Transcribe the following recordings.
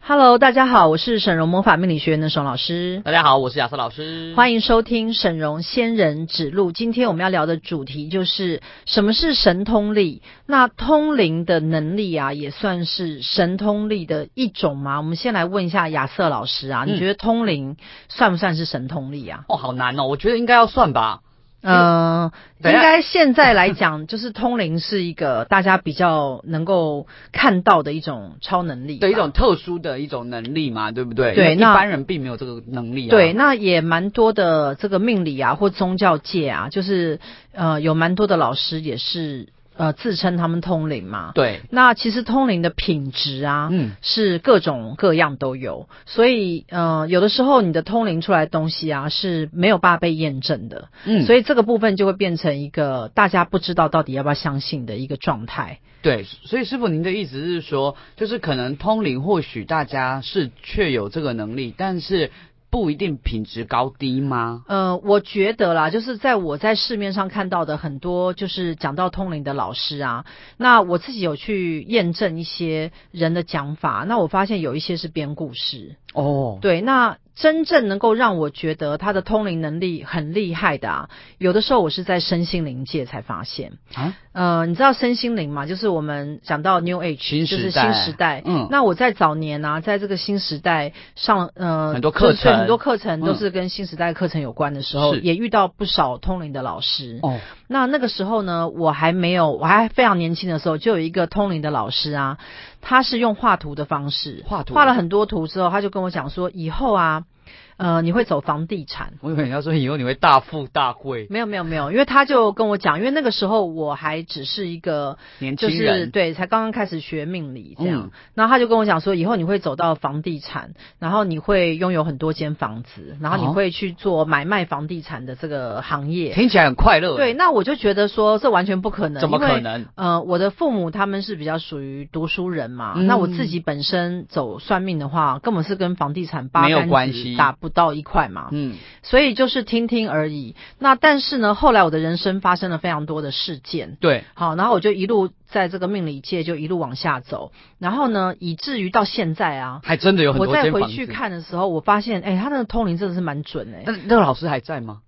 Hello，大家好，我是沈荣魔法命理学院的沈老师，大家好，我是亚瑟老师，迎。欢迎收听沈荣仙人指路。今天我们要聊的主题就是什么是神通力？那通灵的能力啊，也算是神通力的一种吗？我们先来问一下亚瑟老师啊，嗯你觉得通灵算不算是神通力啊？哦，好难哦，我觉得应该要算吧。嗯，应等一下该现在来讲， 就是通灵是一个大家比较能够看到的一种超能力吧，的一种特殊的一种能力嘛，对不对？对因为一那般人并没有这个能力、啊。对，，那也蛮多的这个命理啊，或宗教界啊，就是呃，有蛮多的老师也是呃自称他们通灵嘛。对，那其实通灵的品质啊，嗯，是各种各样都有，所以呃，有的时候你的通灵出来的东西啊是没有办法被验证的，嗯，所以以这个部分就会变成一个大家不知道到底要不要相信的一个状态。对，所以师傅您的意思是说，就是可能通灵或许大家是确有这个能力，但是不一定品质高低吗？呃，我觉得啦，就是在我在市面上看到的很多，就是讲到通灵的老师啊，那我自己有去验证一些人的讲法，那我发现有一些是编故事。哦，对，那真正能够让我觉得他的通灵能力很厉害的啊，有的时候我是在身心灵界才发现。啊，呃，你知道身心灵嘛？就是我们讲到 New Age，新就时是新代时代。嗯那我在早年啊，在这个新时代上，呃，很多就课是对程很多课程都嗯是跟新时代课程有关的时候，是也遇到不少通灵的老师。哦，那那个时候呢，我还没有，我还非常年轻的时候，就有一个通灵的老师啊，他是用画图的方式，画图画了很多图之后，他就跟我讲说，以后啊，呃，你会走房地产。我以为你要说以后你会大富大贵，没有没有没有，因为他就跟我讲，因为那个时候我还只是一个年轻就是人，对，才刚刚开始学命理这样嗯。然后他就跟我讲说，以后你会走到房地产，然后你会拥有很多间房子，然后你哦会去做买卖房地产的这个行业。听起来很快乐。对，，那我就觉得说这完全不可能，怎么因为可能？呃，我的父母他们是比较属于读书人嘛，嗯那我自己本身走算命的话，根本是跟房地产八没有竿子关系打不到一块嘛，嗯，所以就是听听而已。那但是呢，后来我的人生发生了非常多的事件，对，好，然后我就一路在这个命理界就一路往下走，然后呢，以至于到现在啊，还真的有很我多再间回房去子。看的时候，我发现，哎、他那个通灵真的是蛮准哎、那那个老师还在吗？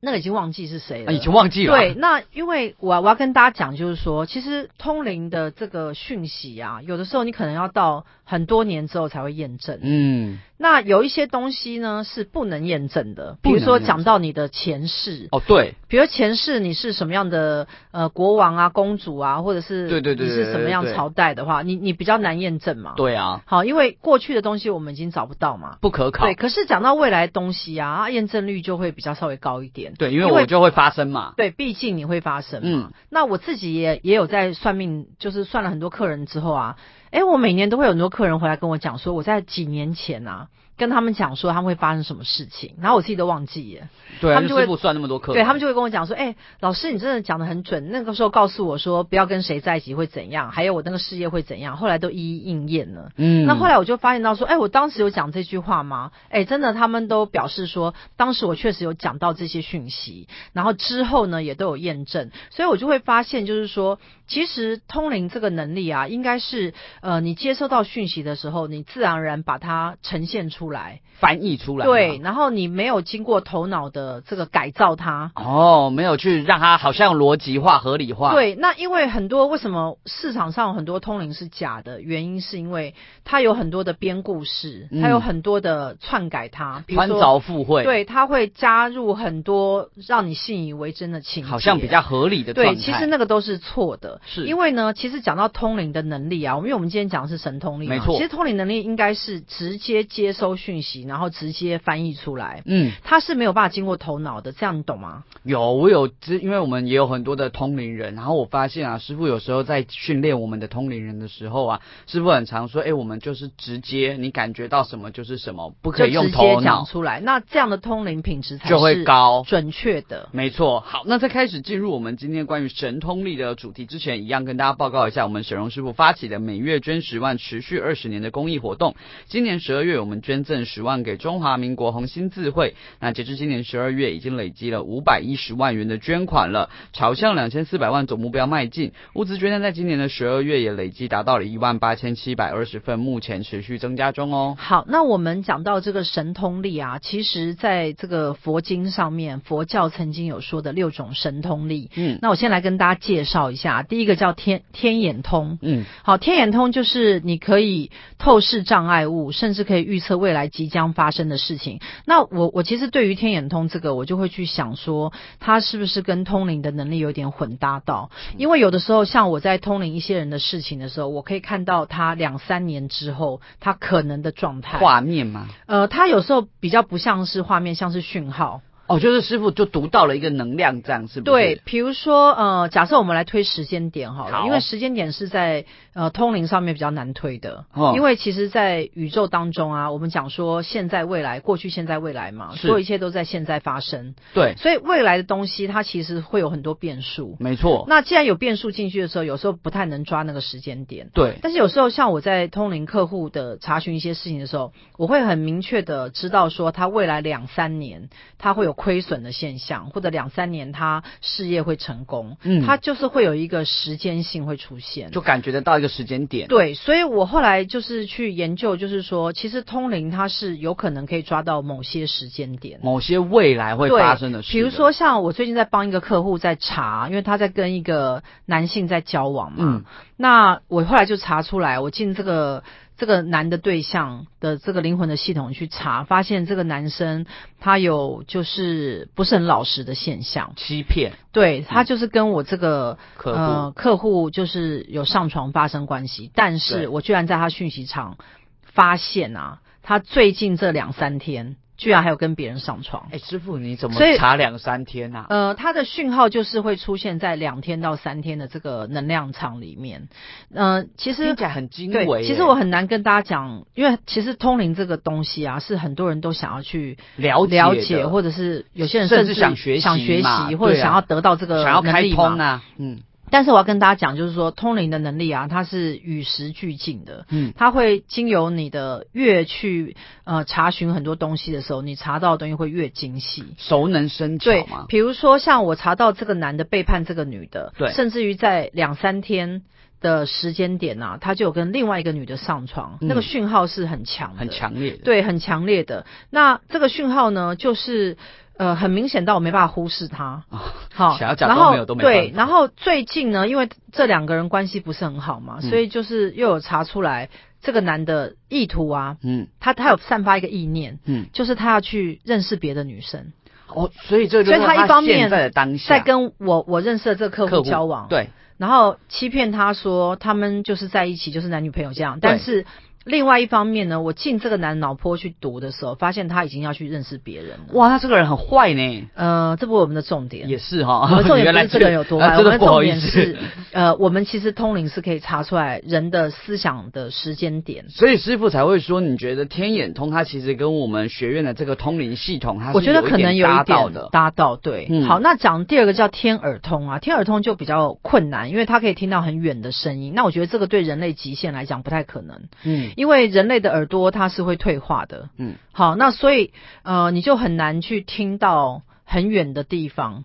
那个已经忘记是谁了。啊，已经忘记了。对，，那因为我我要跟大家讲，就是说，其实通灵的这个讯息啊，有的时候你可能要到很多年之后才会验证。嗯，那有一些东西呢是不能验证的，比不能如说验证讲到你的前世，哦，对，比如前世你是什么样的呃国王啊、公主啊，或者是对对对你是什么样对对朝代的话，你你比较难验证嘛。对啊，好，因为过去的东西我们已经找不到嘛。不可考对，。可是讲到未来的东西啊，验证率就会比较稍微高一点。对，因为因为我就会发生嘛。对，毕竟你会发生嘛。嗯，那我自己也也有在算命，就是算了很多客人之后啊，诶，我每年都会有很多客人回来跟我讲说，我在几年前啊，跟他们讲说他们会发生什么事情，然后我自己都忘记耶。对啊，他们就就会师傅算那么多课，对他们就会跟我讲说，诶，哎老师你真的讲的很准，那个时候告诉我说不要跟谁在一起会怎样，还有我那个事业会怎样，后来都一一应验了。嗯，那后来我就发现到说，哎、我当时有讲这句话吗？哎、真的，他们都表示说，当时我确实有讲到这些讯息，然后之后呢也都有验证，所以我就会发现，就是说，其实通灵这个能力啊，应该是呃，你接收到讯息的时候，你自然而然把它呈现出来，翻译出来，对，，然后你没有经过头脑的这个改造它。哦，没有去让它好像逻辑化、合理化，，对，那因为很多为什么市场上有很多通灵是假的原因，是因为它有很多的编故事，它有嗯很多的篡改它，比如穿说凿附会，，对，它会加入很多让你信以为真的情节，好像比较合理的状对，态，其实那个都是错的。是因为呢，其实讲到通灵的能力啊，因为我们今天讲的是神通力嘛，没错其实通灵能力应该是直接接收讯息，然后直接翻译出来，嗯，它是没有办法经过头脑的，这样你懂吗？有，我有，之，因为我们也有很多的通灵人，然后我发现啊，师傅有时候在训练我们的通灵人的时候啊，师傅很常说，哎，我们就是直接，你感觉到什么就是什么，不就可以直用接头讲脑，出来，那这样的通灵品质才就会是高，准确的。没错，好，那在开始进入我们今天关于神通力的主题之前，一样跟大家报告一下我们沈荣师傅发起的每月月捐十万，持续二十年的公益活动。今年十二月，我们捐赠十万给中华民国红星自会。那截至今年十二月，已经累积了五百一十万元的捐款了，朝向两千四百万总目标迈进。物资捐赠在今年的十二月也累计达到了一万八千七百二十份，目前持续增加中哦。好，那我们讲到这个神通力啊，其实在这个佛经上面，佛教曾经有说的六种神通力。嗯那我先来跟大家介绍一下，第一个叫天天眼通。嗯好，天眼通就是你可以透视障碍物，甚至可以预测未来即将发生的事情。那我我其实对于天眼通这个，我就会去想说，它是不是跟通灵的能力有点混搭到？嗯因为有的时候，像我在通灵一些人的事情的时候，我可以看到他两三年之后他可能的状态。画面嘛，呃，他有时候比较不像是画面，像是讯号。哦，就是师傅就读到了一个能量，这样是不是？对，，比如说呃，假设我们来推时间点好了，好因为时间点是在呃通灵上面比较难推的，哦因为其实，在宇宙当中啊，我们讲说现在、未来、过去、现在、未来嘛，是所有一切都在现在发生，对，所以未来的东西它其实会有很多变数。没错，那既然有变数进去的时候，有时候不太能抓那个时间点。对，但是有时候像我在通灵客户的查询一些事情的时候，我会很明确的知道说他未来两三年他会有亏损的现象，或者两三年他事业会成功，嗯，他就是会有一个时间性会出现。就感觉得到一个时间点，对，所以我后来就是去研究，就是说，其实通灵它是有可能可以抓到某些时间点。某些未来会对发生的事的，比如说，像我最近在帮一个客户在查，因为他在跟一个男性在交往嘛，嗯，那我后来就查出来，我进这个这个男的对象的这个灵魂的系统去查，发现这个男生他有就是不是很老实的现象，欺骗对嗯他就是跟我这个、客户，呃客户就是有上床发生关系，但对是我居然在他讯息场发现啊，他最近这两三天居然还有跟别人上床。哎、师傅你怎么所以查两三天啊呐、呃，它的讯号就是会出现在两天到三天的这个能量场里面。呃，其实听起来很惊对，为耶。其实我很难跟大家讲，因为其实通灵这个东西啊，是很多人都想要去了解了的解，或者是有些人甚甚至至想学习想学嘛习，或者对啊想要得到这个想要开能力通嘛。啊，嗯但是我要跟大家讲，就是说通灵的能力啊，它是与时俱进的。嗯，它会经由你的越去呃查询很多东西的时候，你查到的东西会越精细。熟能生巧对嘛，，比如说像我查到这个男的背叛这个女的，对甚至于在两三天的时间点啊，他就有跟另外一个女的上床，嗯那个讯号是很强的，很，强烈的。对，很强烈的。那这个讯号呢，就是呃，很明显到我没办法忽视他。啊，好，想要假然装后没有都没办法对，然后最近呢，因为这两个人关系不是很好嘛，嗯所以就是又有查出来这个男的意图啊，嗯他他有散发一个意念，嗯，就是他要去认识别的女生。哦，所以这就所以是他一方面现在的当下在跟我我认识的这个客客户户交往，对然后欺骗他说他们就是在一起，就是男女朋友这样。对但是另外一方面呢，我进这个男脑波去读的时候，发现他已经要去认识别人了。哇，他这个人很坏呢，呃，这不是我们的重点，也是哈。我们重点啊原不来是这个人有多坏，啊我 真们的的不重好意点思是，呃，我们其实通灵是可以查出来人的思想的时间点。所以师傅才会说，你觉得天眼通它其实跟我们学院的这个通灵系统，它是我觉得可能有有一一点搭到点的，搭到，对。嗯好，那讲第二个叫天耳通啊，天耳通就比较困难，因为它可以听到很远的声音。那我觉得这个对人类极限来讲不太可能，嗯因为人类的耳朵它是会退化的。嗯，好，那所以呃，你就很难去听到很远的地方。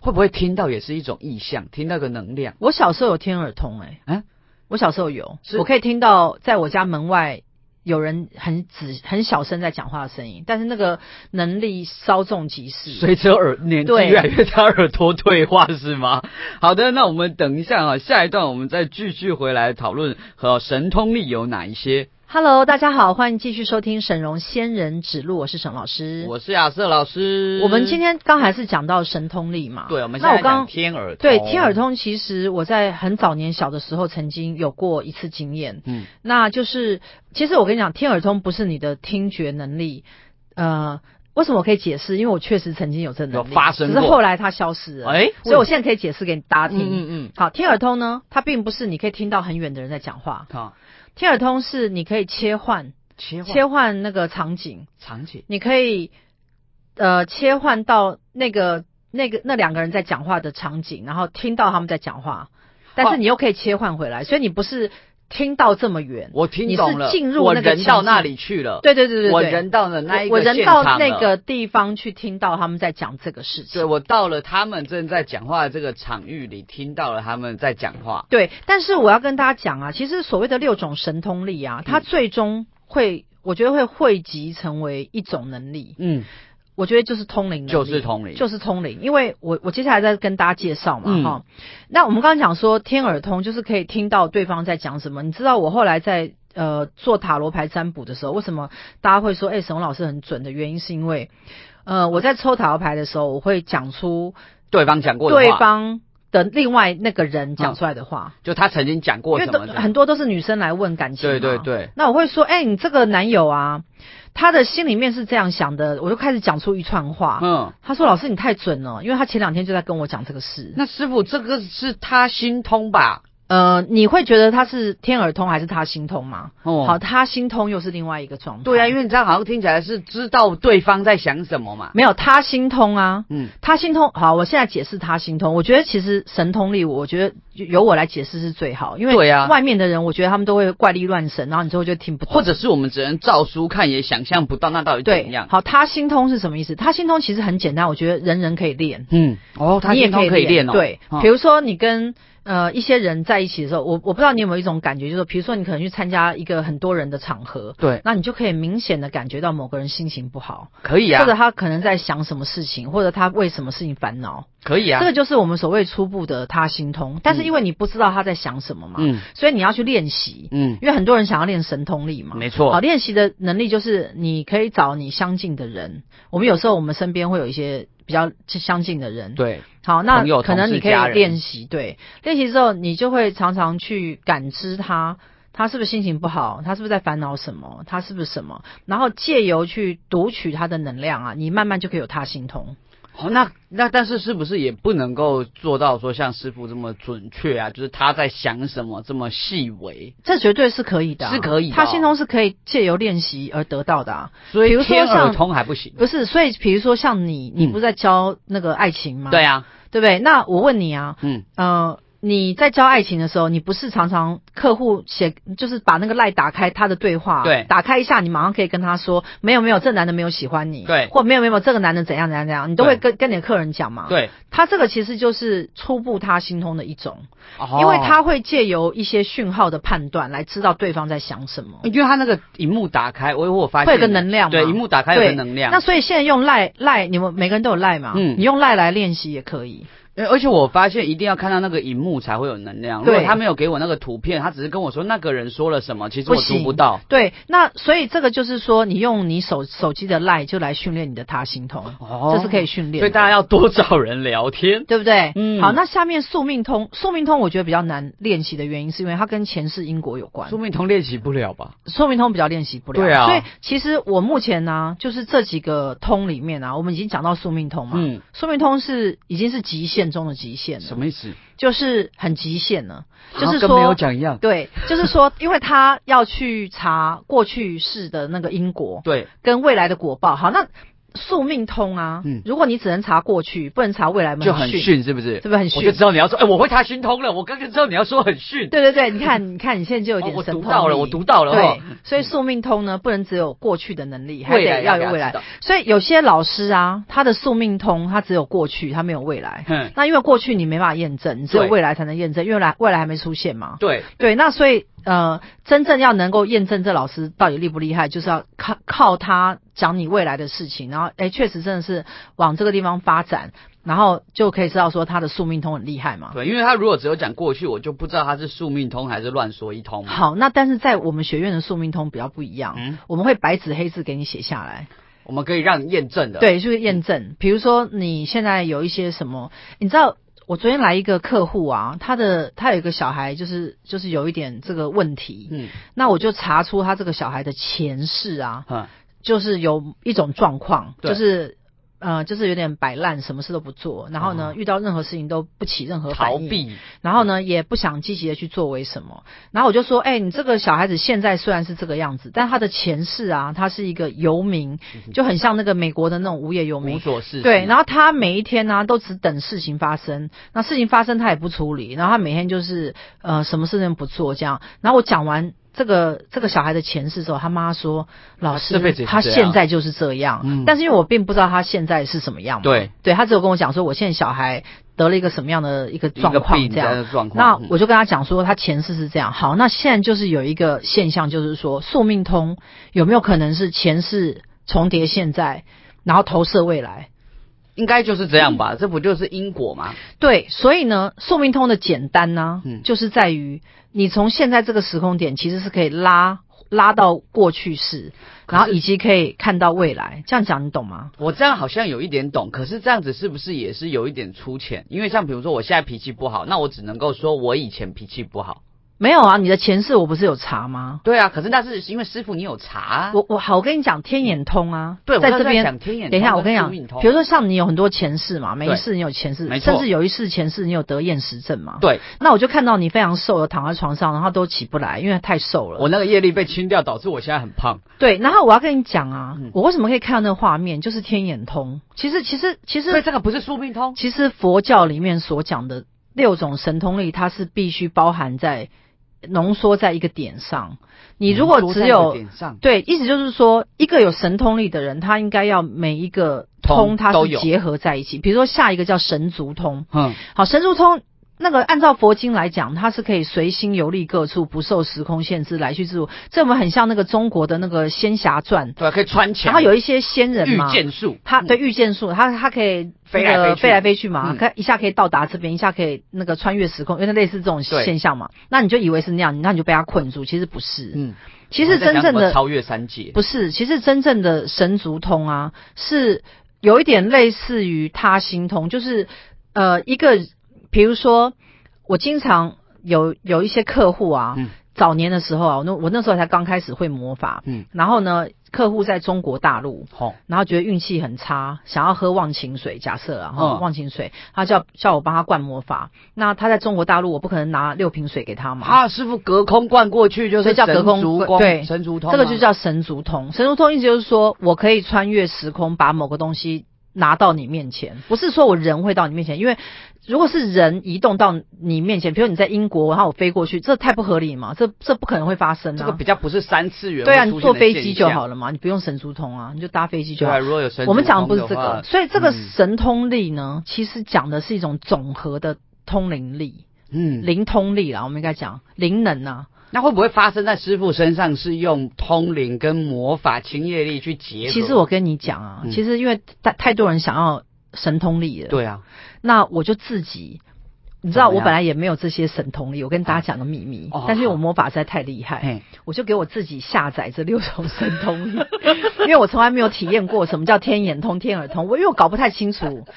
会不会听到也是一种意象，听到个能量？我小时候有天耳通、欸，啊我小时候有，是我可以听到在我家门外。有人很仔很小声在讲话的声音，但是那个能力稍纵即逝。随着耳年纪嗯对越来越大，耳朵退化是吗？ 好的，那我们等一下啊，下一段我们再继续回来讨论和神通力有哪一些。 Hello，大家好，欢迎继续收听沈荣仙人指路，我是沈老师。我是亚瑟老师，嗯我们今天刚还是讲到神通力嘛，对，我们现那在我讲哦刚天耳通对天耳，通，其实我在很早年小的时候曾经有过一次经验，嗯，那就是其实我跟你讲，天耳通不是你的听觉能力，呃。为什么我可以解释？因为我确实曾经有这能力，有发生只是过后来它消失了，哎，所以我现在可以解释给大家嗯听。嗯嗯，好，天耳通呢，它并不是你可以听到很远的人在讲话，好，天耳通是你可以切换切换切换那个场景，场景，你可以呃切换到那个那个那两个人在讲话的场景，然后听到他们在讲话，但是你又可以切换回来，所以你不是听到这么远，我听懂了，你是进入我那个人到情境那里去了，对对对对对，我人到了那一我个人现到场那了个地方去听到他们在讲这个事情对，。我到了他们正在讲话的这个场域里，听到了他们在讲话。对，但是我要跟大家讲啊，其实所谓的六种神通力啊，它嗯最终会，我觉得会汇集成为一种能力，嗯我觉得就是通灵能力，就是通灵就是通灵。因为我我接下来再跟大家介绍嘛，嗯哈、那我们刚刚讲说天耳通，就是可以听到对方在讲什么。你知道我后来在呃做塔罗牌占卜的时候，为什么大家会说哎沈宏老师很准的原因，是因为呃我在抽塔罗牌的时候，我会讲出对方讲过的话，对方的另外那个人讲出来的话。就他曾经讲过因为什都么的，很多都是女生来问感情，对对。对，那我会说，哎、你这个男友啊，他的心里面是这样想的，我就开始讲出一串话。嗯，他说：“老师，你太准了，因为他前两天就在跟我讲这个事。那师傅这个是他心通吧？呃，你会觉得他是天耳通还是他心通吗？哦，好，，他心通又是另外一个状态。对啊，因为为你这样好像听起来是知道对方在想什么嘛。没有他心通啊，嗯，他心通。好，我现在解释他心通。我觉得其实神通力，我觉得由我来解释是最好，因为对啊外面的人，我觉得他们都会怪力乱神，然后你之后就听不懂。或者是我们只能照书看，也想象不到那到底对怎，样。好，他心通是什么意思？他心通其实很简单，我觉得人人可以练。嗯，哦，他你也心通可可以练哦。对，嗯比如说你跟呃一些人在一起的时候，我我不知道你有没有一种感觉，就是说比如说你可能去参加一个很多人的场合，对，那你就可以明显的感觉到某个人心情不好，可以啊或，者他可能在想什么事情，或者他为什么事情烦恼，可以啊。这个就是我们所谓初步的他心通。但是因为你不知道他在想什么嘛，嗯所以你要去练习，嗯，因为很多人想要练神通力嘛，没错好，练习的能力就是你可以找你相近的人。我们有时候我们身边会有一些比较相近的人，对，好，那朋友可能同事你可以家人练习，对，练习之后你就会常常去感知他。他是不是心情不好？他是不是在烦恼什么？他是不是什么？然后借由去读取他的能量啊，你慢慢就可以有他心通。哦，那那但是是不是也不能够做到说像师傅这么准确啊？就是他在想什么这么细微，这绝对是可以的啊、是可以的哦他心通是可以借由练习而得到的啊。所比以如说天耳像通还不行。不是，所以比如说像你，你嗯不是在教那个爱情吗？对啊，对不对？那我问你啊，嗯，呃，你在教爱情的时候，你不是常常客户写，就是把那个赖打开他的对话，对打开一下，你马上可以跟他说，没有没有，这男的没有喜欢你，对或没有没有，这个男的怎样怎样怎样，你都会跟跟你的客人讲嘛。，对，他这个其实就是初步他心通的一种，哦因为他会借由一些讯号的判断来知道对方在想什么。因为他那个荧幕打开，我我有发现会有个能量嘛对，荧幕打开有个能量。那所以现在用赖赖，你们每个人都有赖嘛？嗯你用赖来练习也可以。呃而且我发现一定要看到那个荧幕才会有能量。如对果他没有给我那个图片，他只是跟我说那个人说了什么，其实我不行读不到。对，那所以这个就是说，你用你手手机的赖就来训练你的他心通，哦这是可以训练的，所以大家要多找人聊天。对不对？嗯好，那下面宿命通，宿命通我觉得比较难练习的原因，是因为它跟前世因果有关说，明同练习不了吧？宿命通比较练习不了。对啊所以其实我目前呢、就是这几个通里面啊，我们已经讲到宿命通嘛，嗯，宿命通是已经是极限中的极限了什，么意思？就是很极限了，就好是像跟说没有讲一样。对，就是说，因为他要去查过去世的那个因果，对，跟未来的果报。好，那宿命通啊，嗯如果你只能查过去，不能查未来，就很逊，逊，是不是是？不是很我就逊知？道你要说，哎、我会他心通了，我刚刚知道你要说很逊。对对对，你 看，你看，你现在就有哦点我神读通到了，力我读到了。对哦，嗯所以宿命通呢，不能只有过去的能力，还未来啊得要有要未给他来知道。所以有些老师啊，他的宿命通，他只有过去，他没有未来。哼，那因为过去你没办法验证，你只有嗯对未来才能验证，因为未来未来还没出现嘛。对，对，那所以呃，真正要能够验证这老师到底厉不厉害，就是要靠靠他讲你未来的事情，然后哎，确实真的是往这个地方发展，然后就可以知道说他的宿命通很厉害嘛。对，因为他如果只有讲过去，我就不知道他是宿命通还是乱说一通嘛。好，那但是在我们学院的宿命通比较不一样，嗯我们会白纸黑字给你写下来，我们可以让你验证的。，对，就是验证。比如说你现在有一些什么，你知道。我昨天来一个客户啊，他的他有一个小孩，就是就是有一点这个问题，嗯，那我就查出他这个小孩的前世啊，哼，就是有一种状况，对就是呃，就是有点摆烂，什么事都不做，然后呢，遇到任何事情都不起任何反嗯逃应，避，然后呢，也不想积极的去作为什么。然后我就说，哎、你这个小孩子现在虽然是这个样子，但他的前世啊，他是一个游民，嗯就很像那个美国的那种无业游无民。所事事。对，然后他每一天呢、都只等事情发生。那事情发生，他也不处理，然后他每天就是呃，什么事情不做这样。然后我讲完这个这个小孩的前世之后，他妈说：“老这辈子师，也是他这现样在就是这样。嗯但是因为我并不知道他现在是什么样嘛，对对他只有跟我讲说，我现在小孩得了一个什么样的一个一状个况病这样。的状那况，嗯我就跟他讲说，他前世是这样。好，那现在就是有一个现象，就是说宿命通有没有可能是前世重叠现在，然后投射未来？应该就是这样吧？嗯这不就是因果吗？对，所以呢，宿命通的简单呢、嗯就是在于你从现在这个时空点，其实是可以拉拉到过去式，然后以及可以看到未来。这样讲你懂吗？我这样好像有一点懂，可是这样子是不是也是有一点粗浅？因为像比如说我现在脾气不好，那我只能够说我以前脾气不好。没有啊，你的前世我不是有查吗？对啊，可是那是因为师傅你有查啊、嗯我我好，我跟你讲，天眼通啊，对，我在刚这刚边讲天眼等一下，通我跟你讲，宿命通比如说像你有很多前世嘛，每一对世你有前世，没错甚至有一世前世你有得厌食症嘛。对那我就看到你非常瘦的躺在床上，然后都起不来，因为太瘦了。我那个业力被清掉，导致我现在很胖。对，然后我要跟你讲啊，嗯我为什么可以看到那个画面，就是天眼通。其实，其实，其所以实，这个不是宿命通，其实佛教里面所讲的六种神通力，它是必须包含在浓缩在一个点上。你如果只浓缩在一个有点上，对，意思就是说，一个有神通力的人，他应该要每一个通通它都是有结合在一起。比如说下一个叫神足通，嗯，好，神足通那个按照佛经来讲，它是可以随心游历各处，不受时空限制，来去自如。这我们很像那个中国的那个仙侠传，对，啊可以穿墙，然后有一些仙人御嘛。剑术，他对御剑术，他他可以嗯飞那来个飞去飞来飞去嘛，嗯可一下可以到达这边，一下可以那个穿越时空，有点类似这种对现象嘛。那你就以为是那样，那你就被他困住，其实不是。嗯，其实真正我在讲什么的超越三界，不是，其实真正的神足通啊，是有一点类似于他心通，就是呃，一个比如说，我经常有有一些客户啊，嗯早年的时候啊，我那我那时候才刚开始会魔法，嗯然后呢，客户在中国大陆。吼，然后觉得运气很差，想要喝忘情水，假设啊，哈、嗯忘情水，他叫叫我帮他灌魔法。那他在中国大陆，我不可能拿六瓶水给他嘛，啊，师傅隔空灌过去就是嗯所以叫隔空神足灌功对神足通啊这吗，个就叫神足通。神足通意思就是说我可以穿越时空，把某个东西拿到你面前，不是说我人会到你面前，因为如果是人移动到你面前，比如你在英国，然后我飞过去，这太不合理嘛，这这不可能会发生啊。这个比较不是三次元，对啊，你坐飞机就。好了嘛，你不用神足通啊，你就搭飞机就对好啊，。如果有神足我们讲的不是通这话个，，所以这个嗯神通力呢，其实讲的是一种总和的通灵力、嗯，灵通力啦，我们应该讲灵能啊。那会不会发生在师傅身上？是用通灵跟魔法、清业力去结合？其实我跟你讲啊，嗯其实因为太太多人想要神通力了，对啊，那我就自己。你知道怎我么样本来也没有这些神通力，我跟大家讲个秘密，哦但是因为我魔法实在太厉害，嘿，我就给我自己下载这六种神通力， 因为我从来没有体验过什么叫天眼通、天耳通，我因为我搞不太清楚，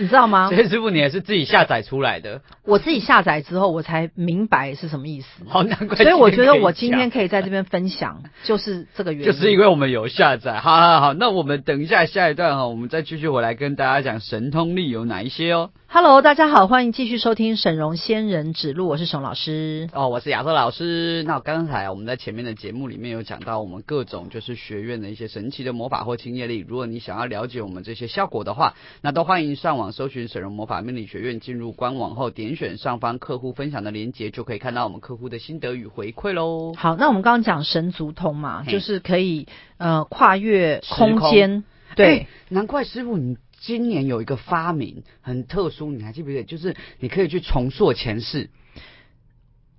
你知道吗哎所？以师傅你也是自己下载出来的，我自己下载之后，我才明白是什么意 思。好难怪。啊所以我觉得我今可以讲天可以在这边分 享，就是这个原因。就是因为我们有下载，好好好，那我们等一下下一段哈，我们再继续回来跟大家讲神通力有哪一些哦。 Hello，大家好，欢迎继续收听沈荣仙人指路，我是沈老师。哦，我是亚瑟老师。那刚才我们在前面的节目里面有讲到我们各种就是学院的一些神奇的魔法或清业力。如果你想要了解我们这些效果的话，那都欢迎上网搜寻沈荣魔法命理学院，进入官网后点选上方客户分享的链接，就可以看到我们客户的心得与回馈喽。好，那我们刚刚讲神足通嘛，嘿就是可以呃跨越空时间，对哎，难怪师傅你今年有一个发明很特殊，你还记不记得？就是你可以去重塑前世。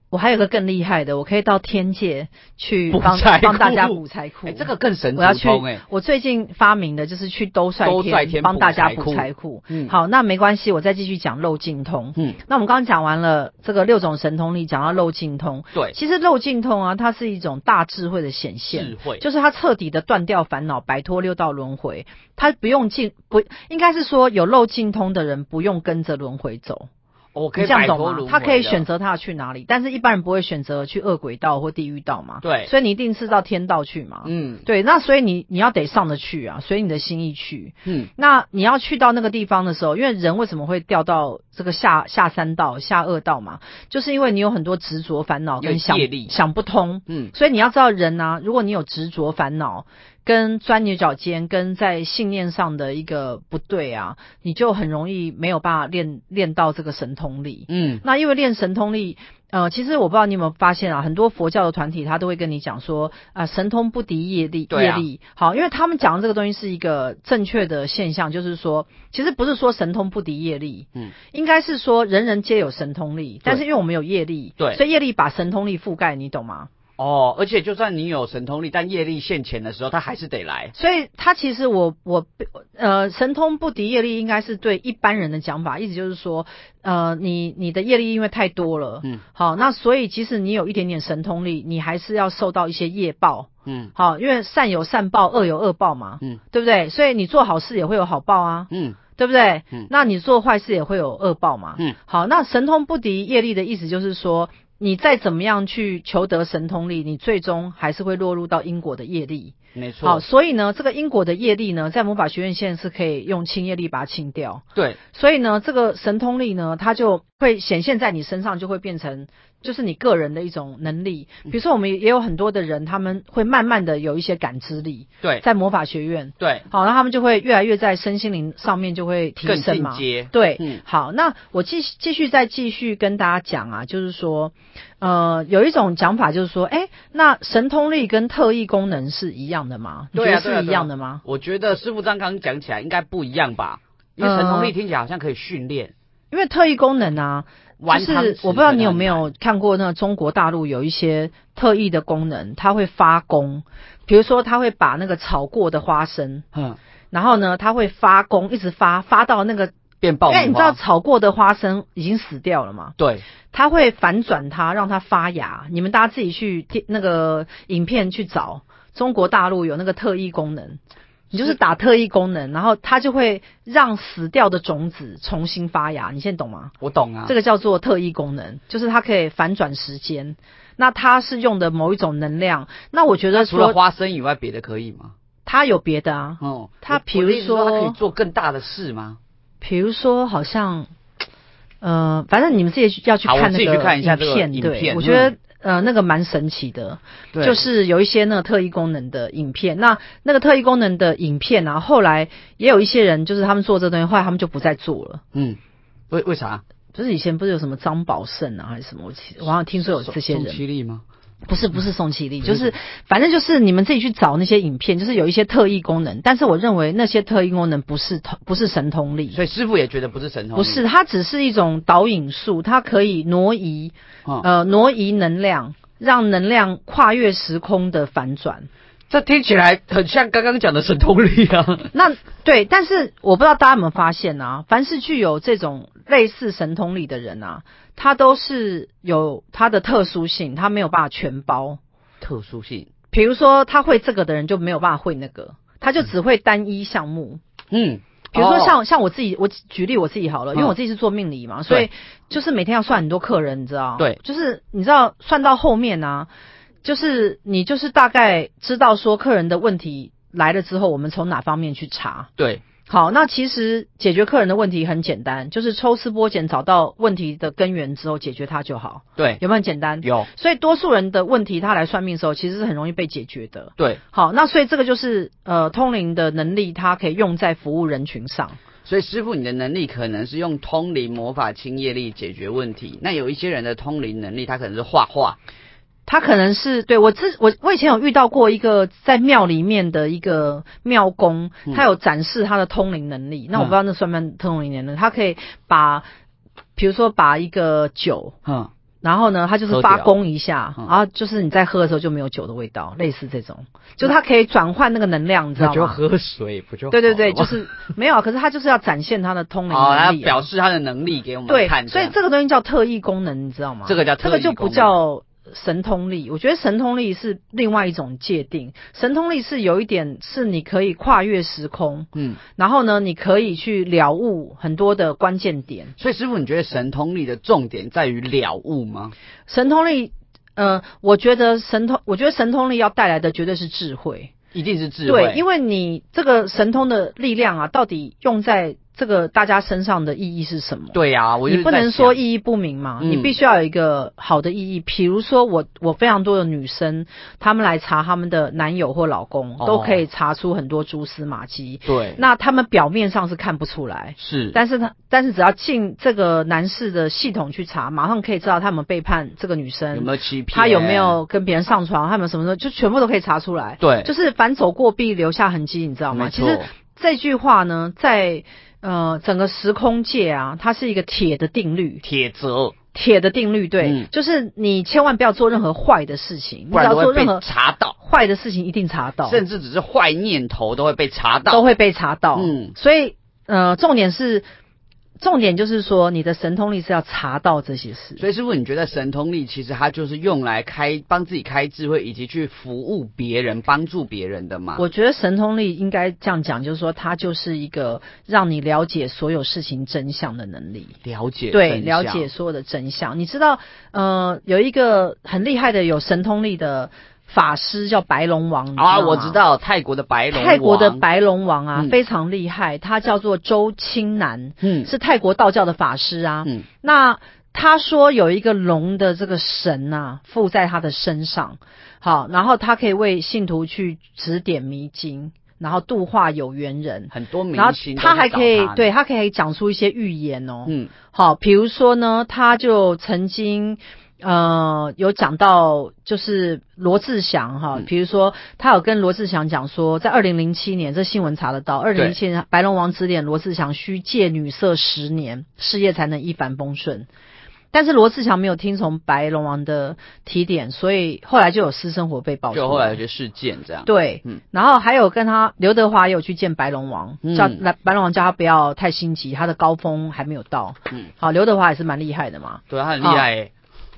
我还有个更厉害的，我可以到天界去补帮财库帮大家补财库。哎、这个更神我要足去通哎、，我最近发明的就是去兜率兜率天天帮大家补财补库财库。嗯好，那没关系，我再继续讲漏尽通。嗯，那我们刚刚讲完了这个六种神通力，讲到漏尽通，对，其实漏尽通啊，它是一种大智慧的显现智。慧就是它彻底的断掉烦恼，摆脱六道轮回。它不用进不，应该是说有漏尽通的人不用跟着轮回走。我可你以这样摆懂脱吗轮？他可以回的选择他要去哪里，但是一般人不会选择去恶鬼道或地狱道嘛。对所以你一定是到天道去嘛。嗯对，那所以你你要得上得去啊，随你的心意去。嗯那你要去到那个地方的时候，因为人为什么会掉到这个下下三道、下二道嘛，就是因为你有很多执着、烦恼有跟想业力想不通，嗯所以你要知道人啊，如果你有执着、烦恼、跟钻牛角尖、跟在信念上的一个不对啊，你就很容易没有办法练练到这个神通力。嗯那因为练神通力，呃，其实我不知道你有没有发现啊，很多佛教的团体他都会跟你讲说，啊、神通不敌业力，对业啊力好，因为他们讲的这个东西是一个正确的现象，就是说，其实不是说神通不敌业力，嗯，应该是说人人皆有神通力，但是因为我们有业力，对所以业力把神通力覆盖，你懂吗？哦，而且就算你有神通力，但业力现前的时候，他还是得来。所以他其实我我呃神通不敌业力，应该是对一般人的讲法，意思就是说，呃，你你的业力因为太多了，嗯好，那所以即使你有一点点神通力，你还是要受到一些业报，嗯好，因为善有善报，恶有恶报嘛，嗯对不对？所以你做好事也会有好报啊，嗯对不对？嗯那你做坏事也会有恶报嘛，嗯，好，那神通不敌业力的意思就是说，你再怎么样去求得神通力，你最终还是会落入到因果的业力。没好，错，所以呢，这个因果的业力呢，在魔法学院现在是可以用清业力把它清掉。对，所以呢，这个神通力呢，它就会显现在你身上，就会变成就是你个人的一种能力。嗯比如说，我们也有很多的人，他们会慢慢的有一些感知力，对，在魔法学院，对，好，那他们就会越来越在身心灵上面就会提更升进嘛。阶。对，嗯好，那我继续继续再继续跟大家讲啊，就是说，呃，有一种讲法就是说，哎，那神通力跟特异功能是一样的吗？你觉对啊得对啊是一对啊样的吗？我觉得师傅刚刚讲起来应该不一样吧，因为神通嗯力听起来好像可以训练，因为特异功能啊，就玩汤是匙我不知道你有可能没有看过那个中国大陆有一些特异的功能，它会发功，比如说它会把那个炒过的花生，嗯然后呢，它会发功，一直发发到那个，变因爆米花。哎为你知道炒过的花生已经死掉了嘛，对，它会反转它，让它发芽。你们大家自己去电那个影片去找，中国大陆有那个特异功能，你就是打特异功能，然后它就会让死掉的种子重新发芽。你现在懂吗？我懂啊。这个个叫做特异功能，就是它可以反转时间。那它是用的某一种能量。那我觉得除了说花生以外，别的可以吗？它有别的啊，哦，他我比如我的意思说，他可以说做更大的事吗？比如说好像，呃，反正你们自己去要去好我看那自己个去看一下这个片，影对，片我觉得嗯呃那个蛮神奇的。对，就是有一些那个特异功能的影片。那那个特异功能的影片啊，后来也有一些人，就是他们做这东西，后来他们就不再做了。嗯，为为啥？就是以前不是有什么张宝胜啊，还是什么？我记我好像听说有这些宋人，七力吗？不是不是宋其力，不就是是反正就是你们自己去找那些影片，就是有一些特异功能，但是我认为那些特异功能不是通不是神通力，所以师傅也觉得不是神通不力，是它只是一种导引术，它可以挪移嗯，呃挪移能量，让能量跨越时空的反转。这听起来很像刚刚讲的神通力啊。 那对，但是我不知道大家有没有发现啊，凡是具有这种类似神通力的人啊，他都是有他的特殊性，他没有办法全包。特殊性，比如说，他会这个的人就没有办法会那个，他就只会单一项目。嗯，比如说哦像、像我自己，我举例我自己好了，因为嗯我自己是做命理嘛，所以就是每天要算很多客人，你知道？对，就是你知道算到后面啊，就是你就是大概知道说客人的问题来了之后，我们从哪方面去查。对，好，那其实解决客人的问题很简单，就是抽丝剥茧，找到问题的根源之后解决它就好，对，有没有很简单？有，所以多数人的问题，他来算命的时候，其实是很容易被解决的。对，好，那所以这个就是呃通灵的能力，它可以用在服务人群上。所以师傅你的能力可能是用通灵、魔法、清业力解决问题。那有一些人的通灵能力，他可能是画画，他可能是对我之我我以前有遇到过一个在庙里面的一个庙公，嗯他有展示他的通灵能力。那我不知道那算不算通灵能力？他可以把，比如说把一个酒，嗯，然后呢，它就是喝发掉功一下，嗯然后就是你在喝的时候就没有酒的味道，类似这种，就它可以转换那个能量，你知道吗？喝水不就对对 对，就是没有啊，可是它就是要展现它的通灵哦，他能力啊、表示他的能力给我们对看，，所以这样这个东西叫特异功能，你知道吗？这个叫这特个异就不功能叫神通力，我觉得神通力是另外一种界定。神通力是有一点是你可以跨越时空，嗯，然后呢，你可以去了悟很多的关键点。所以师傅，你觉得神通力的重点在于了悟吗？神通力，呃，我觉得神通，我觉得神通力要带来的绝对是智慧。一定是智慧，对，因为你这个神通的力量啊，到底用在这个大家身上的意义是什么？对呀、我你就是不在能说想意义不明嘛，嗯你必须要有一个好的意义。比如说我，我非常多的女生，她们来查她们的男友或老公，哦都可以查出很多蛛丝马迹。对，那她们表面上是看不出来，是但是她但是只要进这个男士的系统去查，马上可以知道他们背叛这个女有生，没有欺骗？她有没？有跟别人上床，他们什么时候就全部都可以查出来。对，就是反走过必留下痕迹，你知道吗？没其错实这句话呢，在呃整个时空界啊，它是一个铁的定律，铁则，铁的定律，对，嗯就是你千万不要做任何坏的事情，你不只然要都做会被任何查到，坏的事情，一定查到，甚至只是坏念头都会被查到。都会被查到。嗯，所以呃，重点是，重点就是说，你的神通力是要查到这些事。所以师傅，你觉得神通力其实它就是用来开帮自己开智慧，以及去服务别人、帮助别人的嘛？我觉得神通力应该这样讲，就是说，它就是一个让你了解所有事情真相的能力。了解对，真了相解所有的真相。你知道，呃，有一个很厉害的有神通力的法师叫白龙王你啊，吗我知道泰国的白龙王，泰国的白龙王啊，嗯非常厉害，他叫做周青南，嗯是泰国道教的法师啊。嗯那他说有一个龙的这个神呐、附在他的身上，好，然后他可以为信徒去指点迷津，然后度化有缘人。很多明然后星都他还去找可以，呢对他可以讲出一些预言哦。嗯好，比如说呢，他就曾经呃有讲到，就是罗志祥哈，嗯比如说他有跟罗志祥讲说，在二零零七年，这新闻查得到，二零零七年白龙王指点罗志祥需借女色十年，事业才能一帆风顺。但是罗志祥没有听从白龙王的提点，所以后来就有私生活被爆出来。就后来有些事件这样，对，嗯然后还有跟他刘德华也有去见白龙王，嗯叫白白龙王叫他不要太心急，他的高峰还没有到。嗯，嗯好，刘德华也是蛮厉害的嘛。对，他很厉害欸，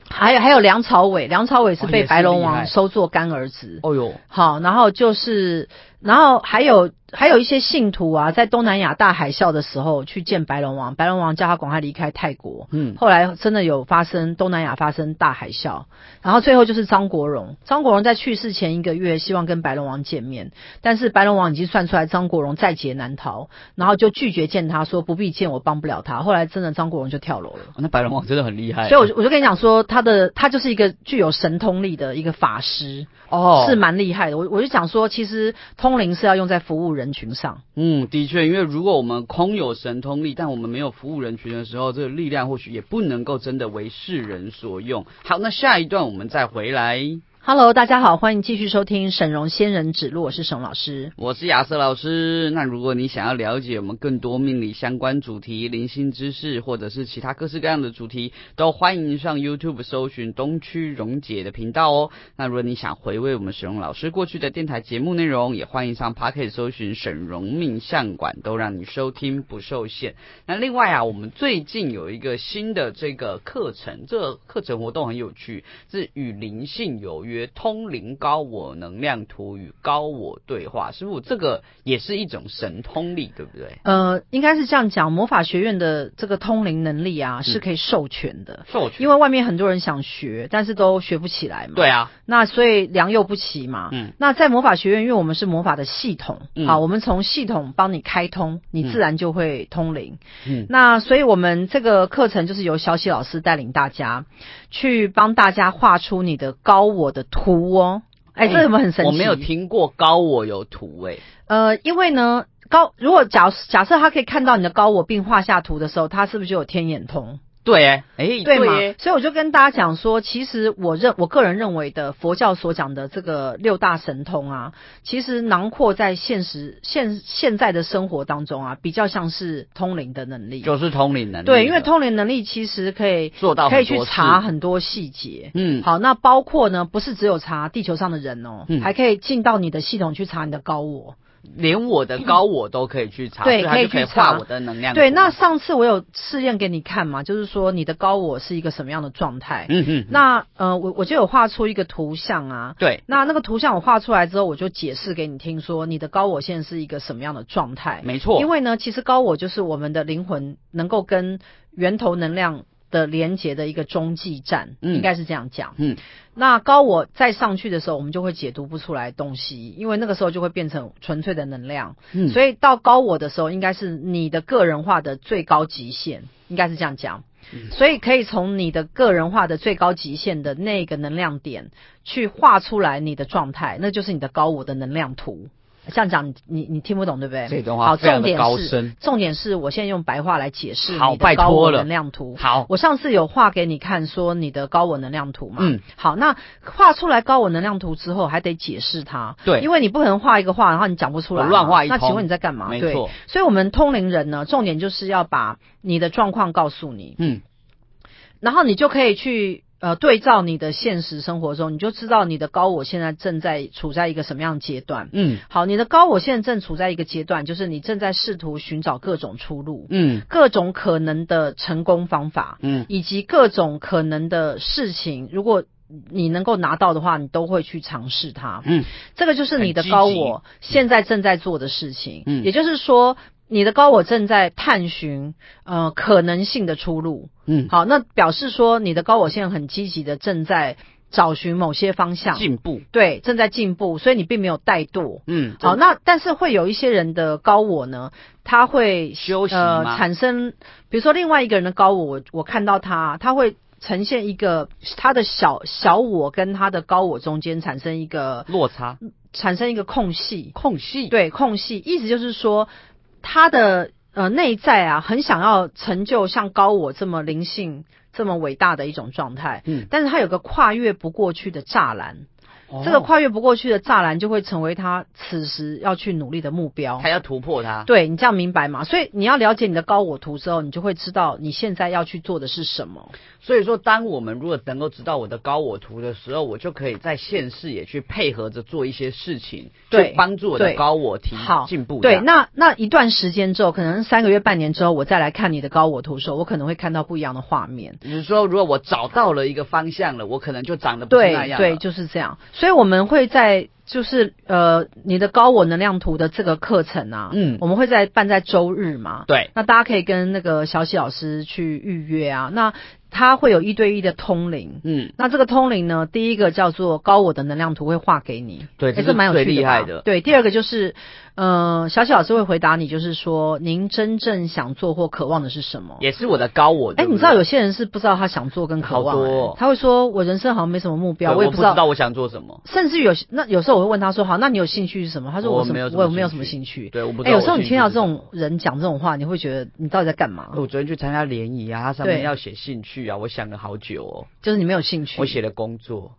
还有还有梁朝伟，梁朝伟是哦也被是白龙厉害王收做干儿子。哦哟，好，然后就是，然后还有还有一些信徒啊，在东南亚大海啸的时候去见白龙王，白龙王叫他赶快离开泰国。嗯，后来真的有发生东南亚发生大海啸，然后最后就是张国荣，张国荣在去世前一个月希望跟白龙王见面，但是白龙王已经算出来张国荣在劫难逃，然后就拒绝见他，说不必见，我帮不了他。后来真的张国荣就跳楼了。那白龙王真的很厉害，所以我就我就跟你讲说，他的他就是一个具有神通力的一个法师，哦是蛮厉害的。我我就讲说，其实通灵是要用在服务人群上。嗯，的确，因为如果我们空有神通力，但我们没有服务人群的时候，这个力量或许也不能够真的为世人所用。好，那下一段我们再回来。 Hello，大家好，欢迎继续收听沈荣仙人指路，我是沈老师。我是亚瑟老师。那如果你想要了解我们更多命理相关主题、灵性知识，或者是其他各式各样的主题，都欢迎上 YouTube 搜寻东区荣姐的频道哦。那如果你想回味我们沈荣老师过去的电台节目内容，也欢迎上 Pocket 搜寻沈荣命相馆，都让你收听不受限。那另外啊，我们最近有一个新的这个课程，这个课程活动很有趣，是与灵性有约，通灵高我能量图与高我对话。师傅，这个也是一种神通力，对不对？呃，应该是这样讲，魔法学院的这个通灵能力啊，是可以授权的。授权。因为外面很多人想学，但是都学不起来嘛。对啊，那所以良莠不齐嘛。嗯。那在魔法学院，因为我们是魔法的系统，嗯好，我们从系统帮你开通，你自然就会通灵。嗯那所以我们这个课程就是由小喜老师带领大家去帮大家画出你的高我的图哦。哎，这有没有很神奇？我没有听过高我有图哎诶、呃，因为呢，高如果假假设他可以看到你的高我并画下图的时候，他是不是就有天眼通？对诶、哎、对吗？耶所以我就跟大家讲说，其实我认我个人认为的佛教所讲的这个六大神通啊，其实囊括在现实现现在的生活当中啊，比较像是通灵的能力。就是通灵能力的，对，因为通灵能力其实可以做到可以很去多查事，很多细节。嗯，好，那包括呢，不是只有查地球上的人哦，嗯还可以进到你的系统去查你的高我，连我的高我都可以去查，对所以它就可可以以去查画我的能量图。对，那上次我有试验给你看嘛，就是说你的高我是一个什么样的状态？嗯嗯，那呃，我我就有画出一个图像啊。对，那那个图像我画出来之后，我就解释给你听，说你的高我现在是一个什么样的状态。没错，因为呢，其实高我就是我们的灵魂能够跟源头能量的连接的一个中继站，嗯应该是这样讲。嗯，那高我再上去的时候，我们就会解读不出来东西，因为那个时候就会变成纯粹的能量。嗯所以到高我的时候，应该是你的个人化的最高极限，应该是这样讲。嗯所以可以从你的个人化的最高极限的那个能量点去画出来你的状态，那就是你的高我的能量图。这样讲你你你听不懂对不对？这段好，话非重常的点高是深。重点是我现在用白话来解释好你的拜高托我了能量图。好，我上次有画给你看，说你的高我能量图嘛。嗯，好，那画出来高我能量图之后，还得解释它。对因为你不可能画一个画，然后你讲不出来嘛，我乱画一那通请问你在干嘛？没对，错，所以我们通灵人呢，重点就是要把你的状况告诉你，嗯，然后你就可以去。呃，对照你的现实生活中，你就知道你的高我现在正在处在一个什么样的阶段。嗯好，你的高我现在正处在一个阶段，就是你正在试图寻找各种出路、嗯各种可能的成功方法， 嗯，以及各种可能的事情。如果你能够拿到的话，你都会去尝试它。嗯，这个就是你的高我现在正在做的事情。嗯也就是说，你的高我正在探寻呃可能性的出路。嗯，好，那表示说你的高我现在很积极的正在找寻某些方向，进步，对，正在进步，所以你并没有怠惰。嗯，好，那但是会有一些人的高我呢，他会休息呃吗？产生，比如说另外一个人的高我，我我看到他，他会呈现一个他的小小我跟他的高我中间产生一个落差、产生一个空隙，空隙，对空隙，意思就是说他的呃内在啊，很想要成就像高我这么灵性、这么伟大的一种状态，嗯，但是他有个跨越不过去的栅栏，哦这个跨越不过去的栅栏就会成为他此时要去努力的目标。还要突破它。对你这样明白吗？所以你要了解你的高我图之后，你就会知道你现在要去做的是什么。所以说，当我们如果能够知道我的高我图的时候，我就可以在现世也去配合着做一些事情，对去帮助我对的高我提好进步。对，那那一段时间之后，可能三个月、半年之后，我再来看你的高我图的时候，我可能会看到不一样的画面。只是说，如果我找到了一个方向了，我可能就长得不是那对样对，了。就是这样。所以我们会在就是呃你的高我能量图的这个课程啊，嗯我们会在办在周日嘛，对，那大家可以跟那个小喜老师去预约啊。那他会有一对一的通灵。嗯，那这个通灵呢，第一个叫做高我的能量图会画给你，对，也这是是蛮有最趣厉吧害的。对，第二个就是，呃，小喜老师会回答你，就是说您真正想做或渴望的是什么。也是我的高我。哎、对不你对知道有些人是不知道他想做跟渴望、好多哦哎他会说我人生好像没什么目标，对也我不知知道。道我想做什么。甚至有些那有时候我会问他说，好，那你有兴趣是什么？他说我什没有么什我么也没有什兴么趣兴趣。对，我不知哎、道。嗯有时候你听到这种。种人讲这种话，你会觉得你到底在干嘛？我昨天去参加联谊啊，上面对要写兴趣啊，我想了好久哦，就是你没有兴趣。我写了工作，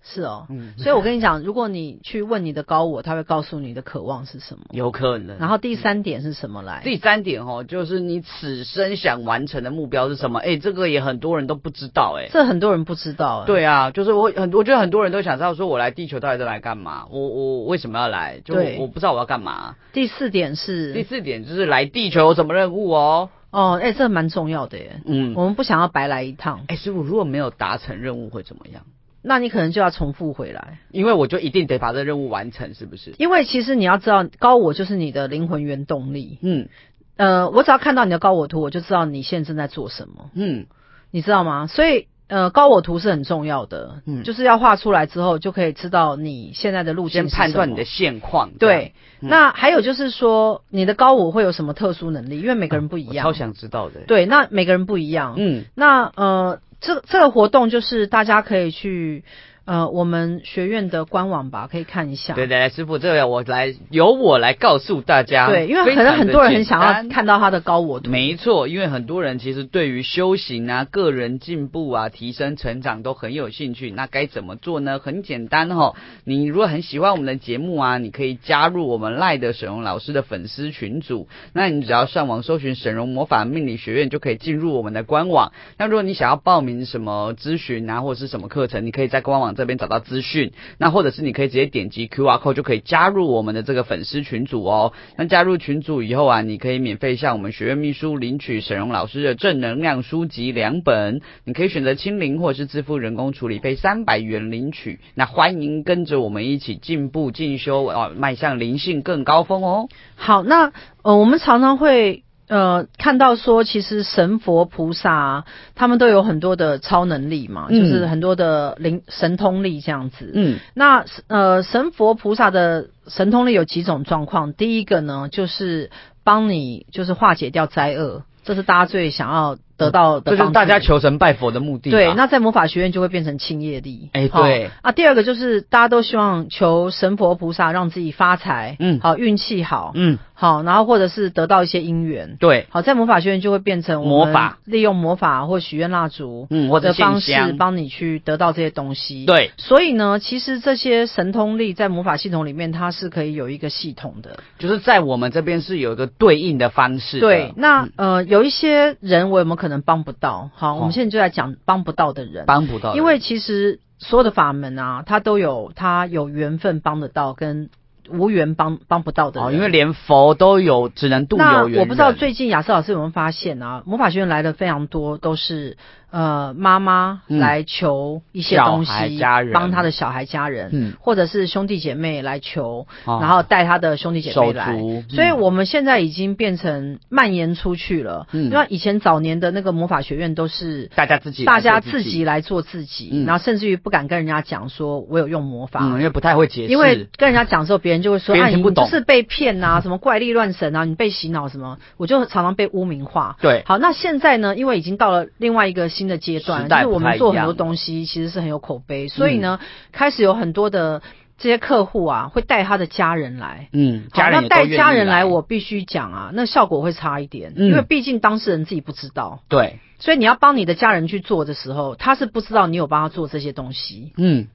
是哦，嗯，所以我跟你讲，如果你去问你的高我，他会告诉你的渴望是什么。有可能。然后第三点是什么来？嗯第三点哦，就是你此生想完成的目标是什么？哎，这个也很多人都不知道哎。这很多人不知道、哎，对啊，就是我很，我觉得很多人都想知道说，我来地球到底是来干嘛？我我为什么要来？就对我我不知道我要干嘛。第四点第是四点就是来地球有什么任务哦？哦，哎、这蛮重要的耶。嗯，我们不想要白来一趟，哎，师傅，如果没有达成任务会怎么样？那你可能就要重复回来，因为我就一定得把这任务完成，是不是？因为其实你要知道，高我就是你的灵魂原动力。嗯呃，我只要看到你的高我图，我就知道你现在正在做什么。嗯，你知道吗？所以呃，高我图是很重要的，嗯就是要画出来之后，就可以知道你现在的路先径是判什断么你的嗯现况。这样对。那还有就是说，你的高我会有什么特殊能力？因为每个人不一啊我样，超想知道的。对，那每个人不一样。嗯，那呃，这这个活动就是大家可以去呃我们学院的官网吧，可以看一下。对对，来师傅，这个我来由我来告诉大家。对，因为可能很多人很想要非常地简单。看到他的高我图。没错，因为很多人其实对于修行啊、个人进步啊、提升成长都很有兴趣。那该怎么做呢？很简单哦，你如果很喜欢我们的节目啊，你可以加入我们赖的沈荣老师的粉丝群组。那你只要上网搜寻沈荣魔法命理学院，就可以进入我们的官网。那如果你想要报名什么咨询啊，或者是什么课程，你可以在官网网这边找到资讯。那或者是你可以直接点击 QR code 就可以加入我们的这个粉丝群组哦。那加入群组以后啊，你可以免费向我们学院秘书领取沈荣老师的正能量书籍两本，你可以选择清零或者是支付人工处理费三百元领取。那欢迎跟着我们一起进步进修哦，迈向灵性更高峰哦。好，那呃，我们常常会呃看到说，其实神佛菩萨、啊、他们都有很多的超能力嘛，嗯就是很多的灵神通力这样子。嗯，那呃，神佛菩萨的神通力有几种状况？第一个呢，就是帮你就是化解掉灾厄，这是大家最想要得到的帮这助。就是大家求神拜佛的目的吧。对，那在魔法学院就会变成清业力。哎好对啊，第二个就是大家都希望求神佛菩萨让自己发财，嗯好运气好，嗯，好，然后或者是得到一些姻缘。对，好，在魔法学院就会变成我们魔法，利用魔法或许愿蜡烛嗯，或者的方信式箱，帮你去得到这些东西。，对。所以呢，其实这些神通力在魔法系统里面，它是可以有一个系统的。就是在我们这边是有一个对应的方式的嗯对，那呃，有一些人我有没有可能帮不到？好，我好们现在就来讲帮不到的人。帮不到人，因为其实所有的法门啊，它都有它有缘分帮得到，跟无缘帮帮不到的人。哦，因为连佛都有，只能渡那有缘人我不知道最近雅思老师有没有发现啊，魔法学院来的非常多都是呃妈妈嗯来求一些小东孩西，家人帮他的小孩家人，嗯或者是兄弟姐妹来求，哦然后带他的兄弟姐妹手来。足，所以，嗯我们现在已经变成蔓延出去了。嗯因为以前早年的那个魔法学院都是大家自己大家来做自己来做自己，嗯然后甚至于不敢跟人家讲说我有用魔法，嗯，因为不太会解释，因为跟人家讲的时候，别人就会说别人啊，你听不你就懂是被骗呐、什么怪力乱神啊，你被洗脑什么，我就常常被污名化。对好，那现在呢？因为已经到了另外一个新的阶段，时就代是我不太们一做很样嗯多东西其实是很有口碑，所以呢，开始有很多的这些客户啊，会带他的家人来。嗯，好，家人那也带都愿意家人来，来，我必须讲啊，那效果会差一点，嗯因为毕竟当事人自己不知道。对，所以你要帮你的家人去做的时候，他是不知道你有帮他做这些东西。嗯，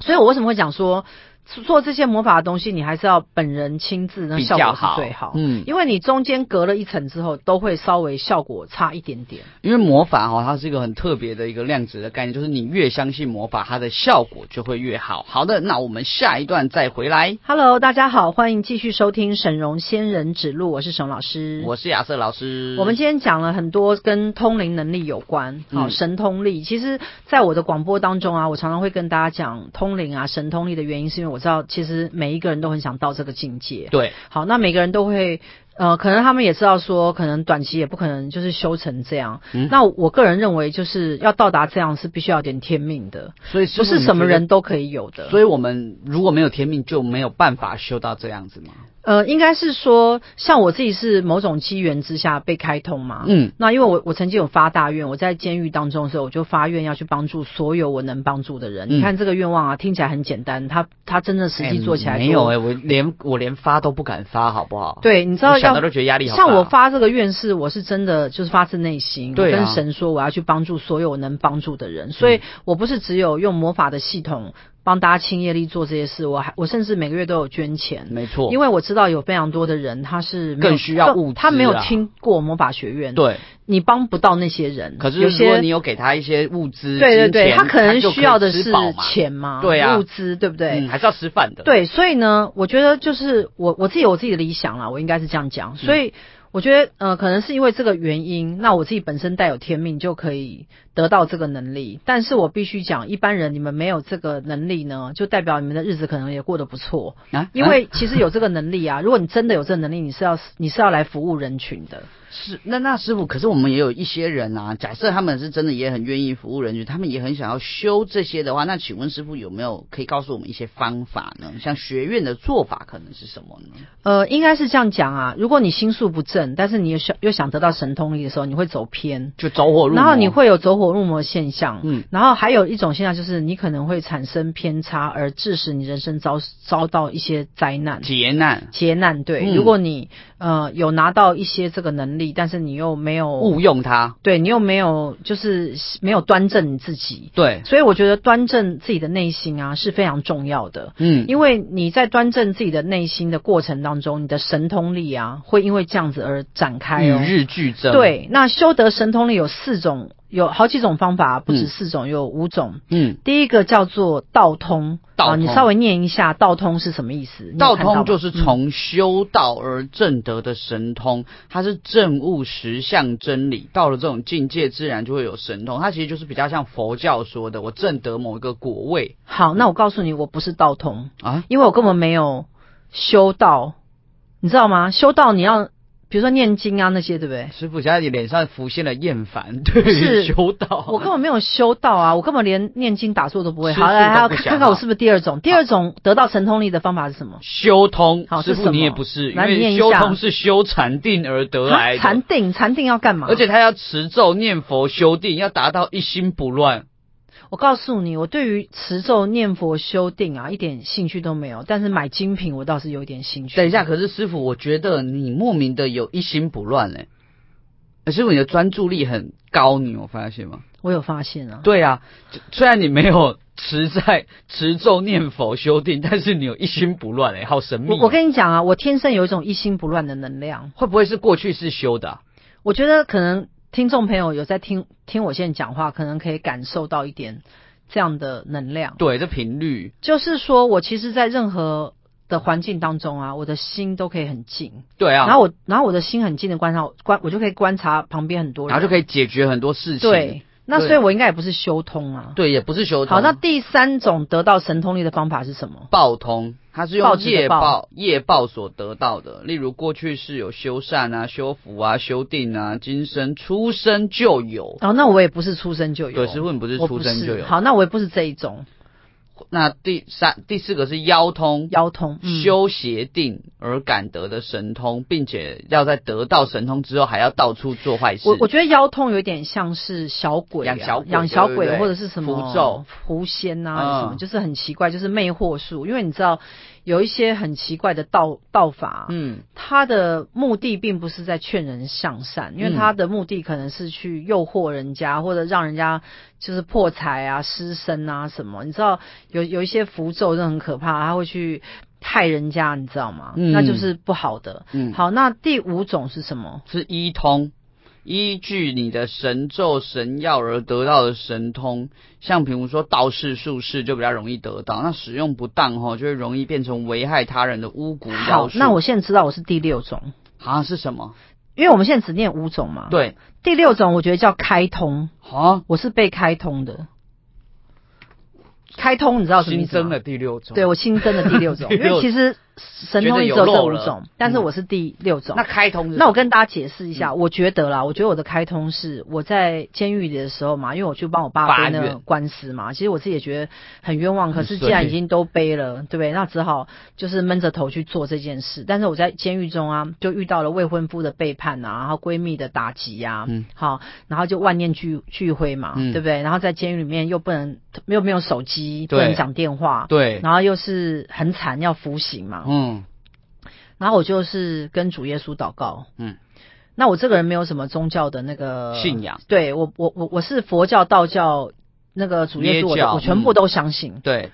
所以我为什么会讲说，做这些魔法的东西，你还是要本人亲自，那比效较果好，是最好。嗯，因为你中间隔了一层之后，都会稍微效果差一点点。因为魔法哈、哦，它是一个很特别的一个量子的概念，就是你越相信魔法，它的效果就会越好。好的，那我们下一段再回来。 Hello，大家好，欢迎继续收听沈荣仙人指路，我是沈老师。我是亚瑟老师，我们今天讲了很多跟通灵能力有关，好、嗯神通力。其实，在我的广播当中啊，我常常会跟大家讲通灵啊、神通力的原因，是因为我知道其实每一个人都很想到这个境界。对，好，那每个人都会，呃，可能他们也知道说，可能短期也不可能就是修成这样。嗯那我个人认为，就是要到达这样是必须要有点天命的，所以不师父是什么。你觉人都可以有得的。所以我们如果没有天命，就没有办法修到这样子嘛。呃，应该是说，像我自己是某种机缘之下被开通嘛。嗯，那因为我我曾经有发大愿，我在监狱当中的时候，我就发愿要去帮助所有我能帮助的人。嗯你看这个愿望啊，听起来很简单，他他真的实际做起来、哎没有哎、我连我连发都不敢发，好不好？，对，你知道想要到都觉得压力好大。像我发这个愿是，我是真的就是发自内心，对啊嗯我跟神说我要去帮助所有我能帮助的人，所以我不是只有用魔法的系统帮大家清业力做这些事，我还我甚至每个月都有捐钱。没错，因为为我知道有非常多的人，他是没有哦更需要物资啊他没有听过魔法学院，对，你帮不到那些人。可是有如果些你有给他一些物资，对对对，金钱他可能就需要的以吃是饱嘛，钱嘛，对啊物资，对不对？嗯，还是要吃饭的。，对，所以呢，我觉得就是我我自己有我自己的理想啦，我应该是这样讲。所以我觉得，呃，可能是因为这个原因，那我自己本身带有天命就可以得到这个能力。但是我必须讲，一般人你们没有这个能力呢，就代表你们的日子可能也过得不错。啊，因为其实有这个能力啊，如果你真的有这个能力，你是要你是要来服务人群的。是那那师傅，可是我们也有一些人啊，假设他们是真的也很愿意服务人群，他们也很想要修这些的话，那请问师傅有没有可以告诉我们一些方法呢？像学院的做法可能是什么呢？呃，应该是这样讲啊，如果你心术不正，但是你又想又想得到神通力的时候，你会走偏。就走火入魔，然后你会有走火入魔现象，嗯嗯，然后还有一种现象就是你可能会产生偏差，而致使你人生遭遭到一些灾难。劫难劫难对，嗯如果你呃有拿到一些这个能力，但是你又没有，误用它，对你又没有就是没有端正你自己，对，所以我觉得端正自己的内心啊是非常重要的，嗯，因为你在端正自己的内心的过程当中，你的神通力啊会因为这样子而展开与哦，日俱增，，对，那修得神通力有四种有好几种方法，不止四种，有五种。嗯，第一个叫做道通，道啊你通稍微念一下道通是什么意思？你有道看吗通就是嗯从修道而正得的神通，它是正悟实相真理，到了这种境界，自然就会有神通。它其实就是比较像佛教说的，我正得某一个果位好，那我告诉你，我不是道通，啊，因为我根本没有修道，你知道吗？修道你要比如说念经啊那些，对不对？师傅现在你脸上浮现了 厌烦，对于是修道，我根本没有修道啊，我根本连念经打坐都不会。吃好，素来，都还要不看想啊看看我好是不是第二种？第二种得到神通力的方法是什么？修通好，师是傅什么你也不是，因来念为一修下通是修禅定而得啊来的，禅定，禅定要干嘛？而且他要持咒念佛修定，要达到一心不乱。我告诉你，我对于持咒、念佛、修定啊，一点兴趣都没有。但是买精品，我倒是有点兴趣。等一下，，可是师傅，我觉得你莫名的有一心不乱哎、欸，师傅你的专注力很高，你有发现 吗？我有发现啊，对啊，就虽然你没有持在持咒念佛修定，但是你有一心不乱哎、 好神秘我哦、我跟你讲啊，我天生有一种一心不乱的能量。会不会是过去是修的啊、我觉得可能听众朋友有在听听我现在讲话，可能可以感受到一点这样的能量。对，这频率，就是说我其实，在任何的环境当中啊，我的心都可以很静，对啊，然后我然后我的心很静的观察观，我就可以观察旁边很多人，然后就可以解决很多事情。对。那对所以我应该也不是修通啊。对，也不是修通。好，那第三种得到神通力的方法是什么？报通，它是用报纸的业报报业报所得到的。例如过去是有修善啊、修福啊、修定啊，今生出生就有。哦，那我也不是出生就有，对，师傅你不是我出生就有。好，那我也不是这一种那第三、第四个是腰通，腰通。嗯、修邪定而感得的神通，并且要在得到神通之后，还要到处做坏事。我我觉得腰通有点像是小鬼、啊，养小鬼养小对鬼不对或者是什么符咒、狐仙啊，还是什么、嗯就是很奇怪，就是魅惑术。因为你知道有一些很奇怪的道道法，啊嗯，它的目的并不是在劝人向善，因为嗯它的目的可能是去诱惑人家，或者让人家就是破财啊、失身啊什么。你知道有有一些符咒真的很可怕，它会去害人家，你知道吗？嗯那就是不好的。嗯好，那第五种是什么？是一通。依据你的神咒神药而得到的神通，像比如说道士、术士就比较容易得到，那使用不当吼，就会容易变成危害他人的巫蛊好妖，术。那我现在知道我是第六种，啊是什么？因为我们现在只念五种嘛。，对，第六种我觉得叫开通，啊，我是被开通的。开通，你知道什么意新思吗？啊增了第六种。对，我新增的第 六种，第因六为其实神通力只有这五种，但是我是第六种。那开通是那我跟大家解释一嗯下，我觉得啦，我觉得我的开通是我在监狱里的时候嘛，因为我去帮我爸法背那个院官司嘛，其实我自己也觉得很冤枉，可是很既衰然已经都背了，对不对？那只好就是闷着头去做这件事。但是我在监狱中啊，就遇到了未婚夫的背叛啊，然后闺蜜的打击啊，嗯好，然后就万念俱俱灰嘛，嗯对不对？然后在监狱里面又不能又没有手机，不对能讲电话，对，然后又是很惨要服刑嘛，嗯然后我就是跟主耶稣祷告，嗯，那我这个人没有什么宗教的那个信，仰对我我我我是佛教、道教。那个主耶稣，我耶教我全部都相信，对，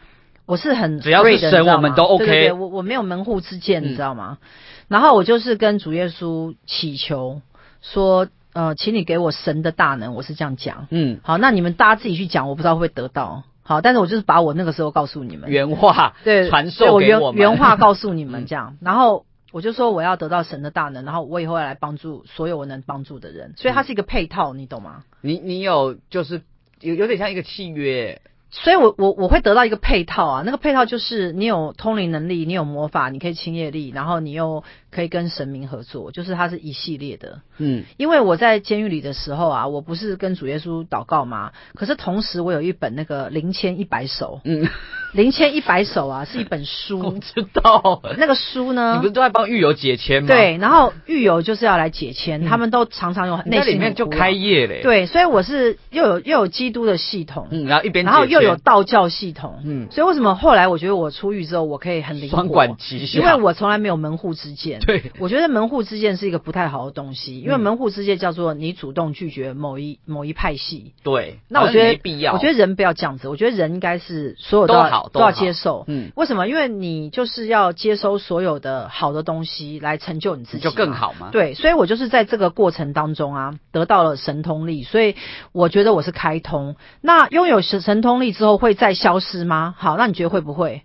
我是很只要是 free 的神你知道吗我们都 OK 对对对我我没有门户之见，嗯你知道吗？然后我就是跟主耶稣祈求说，呃，请你给我神的大能，我是这样讲。嗯好，那你们大家自己去讲，我不知道会不会得到。好，但是我就是把我那个时候告诉你们，嗯原话 对，传对授我给原我们嗯原话告诉你们这样，然后我就说我要得到神的大能，然后我以后要来帮助所有我能帮助的人，所以它是一个配套，你懂吗？ 你你有就是有有点像一个契约，所以我我我会得到一个配套啊，那个配套就是你有通灵能力，你有魔法，你可以清业力，然后你又可以跟神明合作，就是它是一系列的。嗯因为我在监狱里的时候啊，我不是跟主耶稣祷告吗？可是同时我有一本那个灵签一百首，嗯，灵签一百首啊是一本 我书，知道。那个书呢，你不是都在帮狱友解签吗？，嗯对，然后狱友就是要来解签，他们都常常有你在内心里面很就苦开恼业嘞。，对，所以我是又有又有基督的系统，嗯，然后一边然后解又有签道教系统，嗯所以为什么后来我觉得我出狱之后我可以很灵双活？管齐下，因为我从来没有门户之见，件。对，我觉得门户之见是一个不太好的东西，因为嗯门户之见叫做你主动拒绝某一某一派系。对，那好我像觉得没必要，我觉得人不要这样子，我觉得人应该是所有都都要好都都要好接受。嗯，为什么？因为你就是要接收所有的好的东西来成就你自己，就更。好嘛。对，所以我就是在这个过程当中啊，得到了神通力，所以我觉得我是开通。那拥有神神通力之后会再消失吗？好，那你觉得会不会？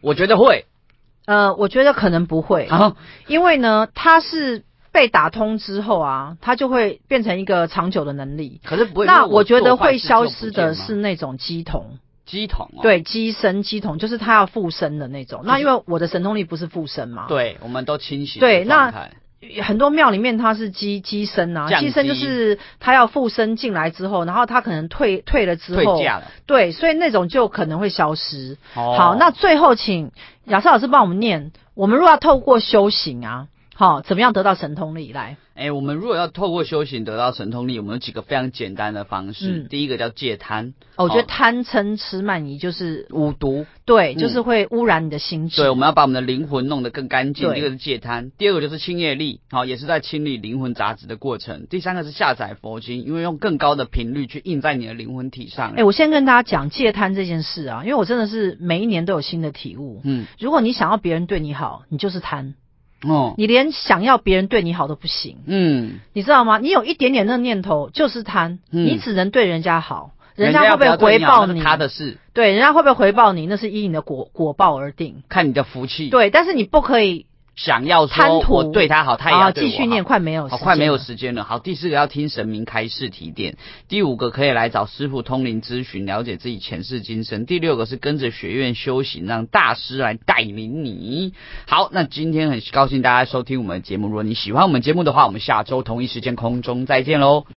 我觉得会，呃，我觉得可能不会，好，因为呢，它是被打通之后啊，它就会变成一个长久的能力。可是不会。那我我觉得做坏会事消就不失见的吗是那种鸡童，鸡桶哦。对，鸡身鸡童就是它要附身的那种。就那是因为我的神通力不是附身嘛，对，我们都清醒的对状那态很多庙里面它是鸡鸡身啊，降鸡身就鸡是它要附身进来之后，然后它可能退退了之退后，价了。对，所以那种就可能会消失。哦好，那最后请亚瑟老师帮我们念，我们如果要透过修行啊，好、怎么样得到神通力来？哎，我们如果要透过修行得到神通力，我们有几个非常简单的方式。嗯第一个叫戒贪，哦我觉得哦贪嗔痴慢疑就是五毒，对，嗯就是会污染你的心智。对，我们要把我们的灵魂弄得更干净。对第一个是戒贪，第二个就是清业力，好、也是在清理灵魂杂质的过程。第三个是下载佛经，因为用更高的频率去印在你的灵魂体上。哎、我先跟大家讲戒贪这件事啊，因为我真的是每一年都有新的体悟。嗯，如果你想要别人对你好，你就是贪，哦，你连想要别人对你好都不行。嗯，你知道吗？你有一点点那念头就是贪，嗯你只能对人家好，人家家要会不要会对回你好报那你？是他的事，对，人家会不会回报你，那是依你的果果报而定。看你的福气。，对，但是你不可以想要贪说图我对他好，他也啊要对我继续念，好。快没有时好，间了，快没有时间了。好，第四个要听神明开示提点，第五个可以来找师傅通灵咨询，了解自己前世今生。第六个是跟着学院修行，让大师来带领你。好，那今天很高兴大家收听我们的节目。如果你喜欢我们节目的话，我们下周同一时间空中再见喽。